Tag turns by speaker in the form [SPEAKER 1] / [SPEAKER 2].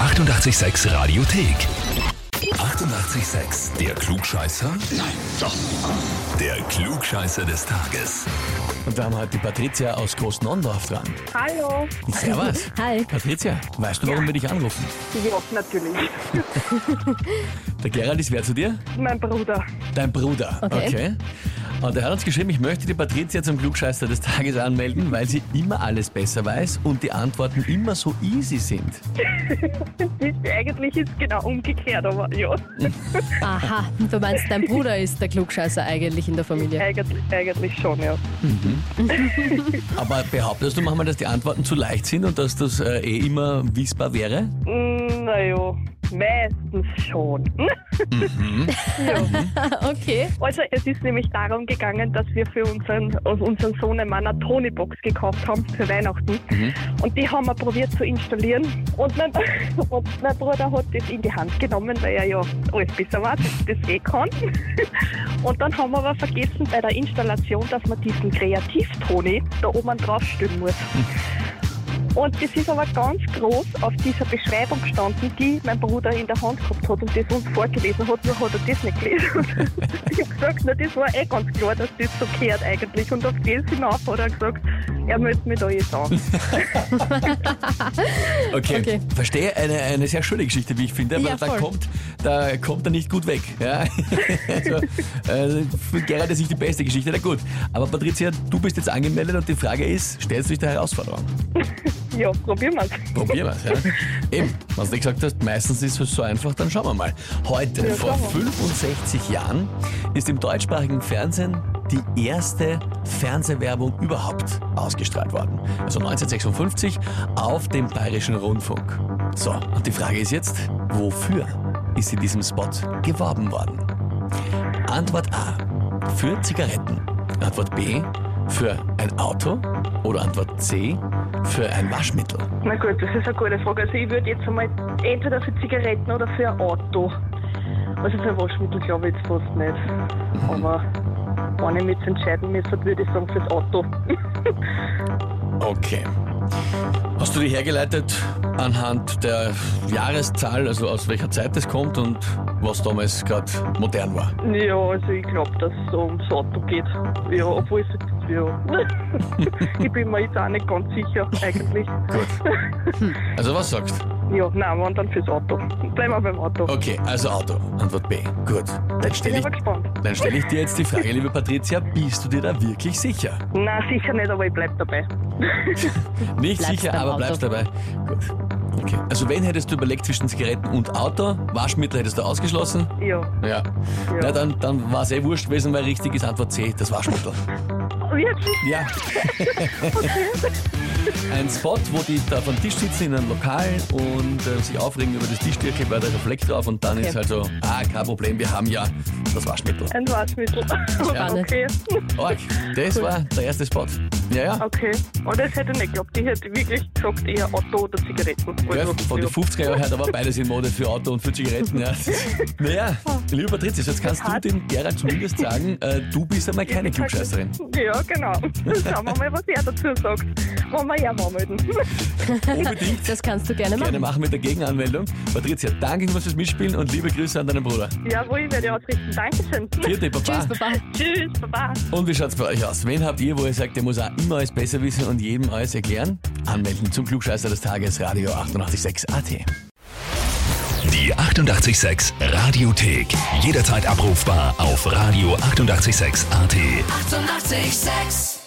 [SPEAKER 1] 886 Radiothek. 88,6. Der Klugscheißer? Nein, doch. Der Klugscheißer des Tages.
[SPEAKER 2] Und da haben wir halt die Patricia aus Großnondorf dran.
[SPEAKER 3] Hallo.
[SPEAKER 2] Servus.
[SPEAKER 4] Hi.
[SPEAKER 2] Patricia, weißt du, warum wir dich anrufen?
[SPEAKER 3] Ja, natürlich.
[SPEAKER 2] Der Gerald ist wer zu dir?
[SPEAKER 3] Mein Bruder.
[SPEAKER 2] Dein Bruder.
[SPEAKER 4] Okay.
[SPEAKER 2] Und er hat uns geschrieben, ich möchte die Patricia zum Klugscheißer des Tages anmelden, weil sie immer alles besser weiß und die Antworten immer so easy sind.
[SPEAKER 3] Ist, eigentlich ist es genau umgekehrt, aber ja,
[SPEAKER 4] Aha, du meinst, dein Bruder ist der Klugscheißer eigentlich in der Familie.
[SPEAKER 3] eigentlich, eigentlich schon, ja.
[SPEAKER 2] Aber behauptest du manchmal, dass die Antworten zu leicht sind und dass das äh, eh immer wissbar wäre?
[SPEAKER 3] Naja, Mm, meistens schon.
[SPEAKER 4] Okay.
[SPEAKER 3] Also es ist nämlich darum gegangen, dass wir für unseren, aus unseren Sohnemann eine Tonybox gekauft haben für Weihnachten. Und die haben wir probiert zu installieren. Und mein, und mein Bruder hat das in die Hand genommen, weil er ja alles besser war, dass ich das eh kann. Und dann haben wir aber vergessen bei der Installation, dass man diesen Kreativ-Tony da oben draufstellen muss. Und das ist aber ganz groß auf dieser Beschreibung gestanden, die mein Bruder in der Hand gehabt hat und das uns vorgelesen hat, nur hat er das nicht gelesen. ich habe gesagt, na, das war eh ganz klar, dass das so gehört eigentlich. Und auf das hinauf hat er gesagt, er möchte mich da jetzt an.
[SPEAKER 2] Okay.
[SPEAKER 4] Okay.
[SPEAKER 2] Verstehe eine, eine sehr schöne Geschichte, wie ich finde, aber
[SPEAKER 4] Ja,
[SPEAKER 2] da
[SPEAKER 4] voll.
[SPEAKER 2] kommt, da kommt er nicht gut weg. Ja? also, äh, für Gerhard ist nicht die beste Geschichte, na gut. Aber Patricia, du bist jetzt angemeldet und die Frage ist, stellst du dich der Herausforderung?
[SPEAKER 3] ja, probieren wir's.
[SPEAKER 2] Probieren wir's, ja? Eben, was du gesagt hast, meistens ist es so einfach, dann schauen wir mal. Heute,
[SPEAKER 3] Ja,
[SPEAKER 2] vor
[SPEAKER 3] schauen
[SPEAKER 2] 65 Jahren, ist im deutschsprachigen Fernsehen die erste Fernsehwerbung überhaupt ausgestrahlt worden. Also 1956 auf dem Bayerischen Rundfunk. So, und die Frage ist jetzt, wofür ist in diesem Spot geworben worden? Antwort A. Für Zigaretten. Antwort B. Für ein Auto. Oder Antwort C. Für ein Waschmittel.
[SPEAKER 3] Na gut, das ist eine gute Frage. Also ich würde jetzt einmal entweder für Zigaretten oder für ein Auto. Also für ein Waschmittel glaube ich jetzt fast nicht. Aber wenn ich mich jetzt entscheiden müsste, würde ich sagen fürs Auto.
[SPEAKER 2] Okay. Hast du die hergeleitet anhand der Jahreszahl, also aus welcher Zeit es kommt und was damals gerade modern war?
[SPEAKER 3] Ja, also ich glaube, dass es ums Auto geht. Ja, obwohl es jetzt, ja. ich bin mir jetzt auch nicht ganz sicher, eigentlich.
[SPEAKER 2] Gut. Also was sagst?
[SPEAKER 3] Ja, nein, wenn dann fürs Auto. Bleiben wir beim Auto.
[SPEAKER 2] Okay, also Auto. Antwort B. Gut. Dann
[SPEAKER 3] Bin
[SPEAKER 2] stelle ich,
[SPEAKER 3] aber gespannt.
[SPEAKER 2] dann stell ich dir jetzt die Frage, liebe Patricia, bist du dir da wirklich sicher?
[SPEAKER 3] Nein, sicher nicht, aber ich bleib dabei.
[SPEAKER 2] Nicht
[SPEAKER 4] Bleibst
[SPEAKER 2] sicher,
[SPEAKER 4] beim
[SPEAKER 2] aber
[SPEAKER 4] Auto.
[SPEAKER 2] bleibst dabei. Gut. Okay. Also wen hättest du überlegt zwischen Zigaretten und Auto? Waschmittel hättest du ausgeschlossen?
[SPEAKER 3] Ja.
[SPEAKER 2] Ja. Na, dann, dann war es eh wurscht gewesen, weil richtig ist Antwort C, das Waschmittel.
[SPEAKER 3] Wirklich?
[SPEAKER 2] Ja. Ein Spot, wo die da auf einem Tisch sitzen in einem Lokal und äh, sich aufregen über das Tischdeckel, weil da ist ein Fleck drauf und dann
[SPEAKER 4] Okay.
[SPEAKER 2] ist halt so, ah, kein Problem, wir haben ja das Waschmittel.
[SPEAKER 3] Ein Waschmittel. Okay.
[SPEAKER 2] Org, das war der erste Spot. Ja,
[SPEAKER 4] Ah,
[SPEAKER 2] ja.
[SPEAKER 3] Okay. Und das hätte ich nicht geglaubt. Ich hätte wirklich gesagt, eher Auto oder Zigaretten.
[SPEAKER 2] Ja,
[SPEAKER 3] Also,
[SPEAKER 2] von den
[SPEAKER 3] ja.
[SPEAKER 2] 50er Jahren her, da war beides in Mode für Auto und für Zigaretten. Ja. Naja, lieber Patrizius, jetzt kannst du dem Gerald zumindest sagen, äh, du bist einmal keine Klugscheißerin.
[SPEAKER 3] Ja, genau. Schauen wir mal, was er dazu sagt. Wollen wir ja mal melden.
[SPEAKER 2] Unbedingt
[SPEAKER 4] Das kannst du gerne
[SPEAKER 2] gerne
[SPEAKER 4] machen.
[SPEAKER 2] machen mit der Gegenanmeldung. Patricia, danke nochmal fürs Mitspielen und liebe Grüße an deinen Bruder.
[SPEAKER 3] Jawohl, ich werde ausrichten. Dankeschön.
[SPEAKER 2] Vierte, Papa.
[SPEAKER 4] Tschüss, Baba.
[SPEAKER 3] Tschüss, Baba.
[SPEAKER 2] Und wie schaut's bei euch aus? Wen habt ihr, wo ihr sagt, der muss auch immer alles besser wissen und jedem alles erklären? Anmelden zum Klugscheißer des Tages, Radio 886 AT.
[SPEAKER 1] Die 88,6 Radiothek. Jederzeit abrufbar auf radio886.at. 88,6.
[SPEAKER 5] Eighty-eight, sex.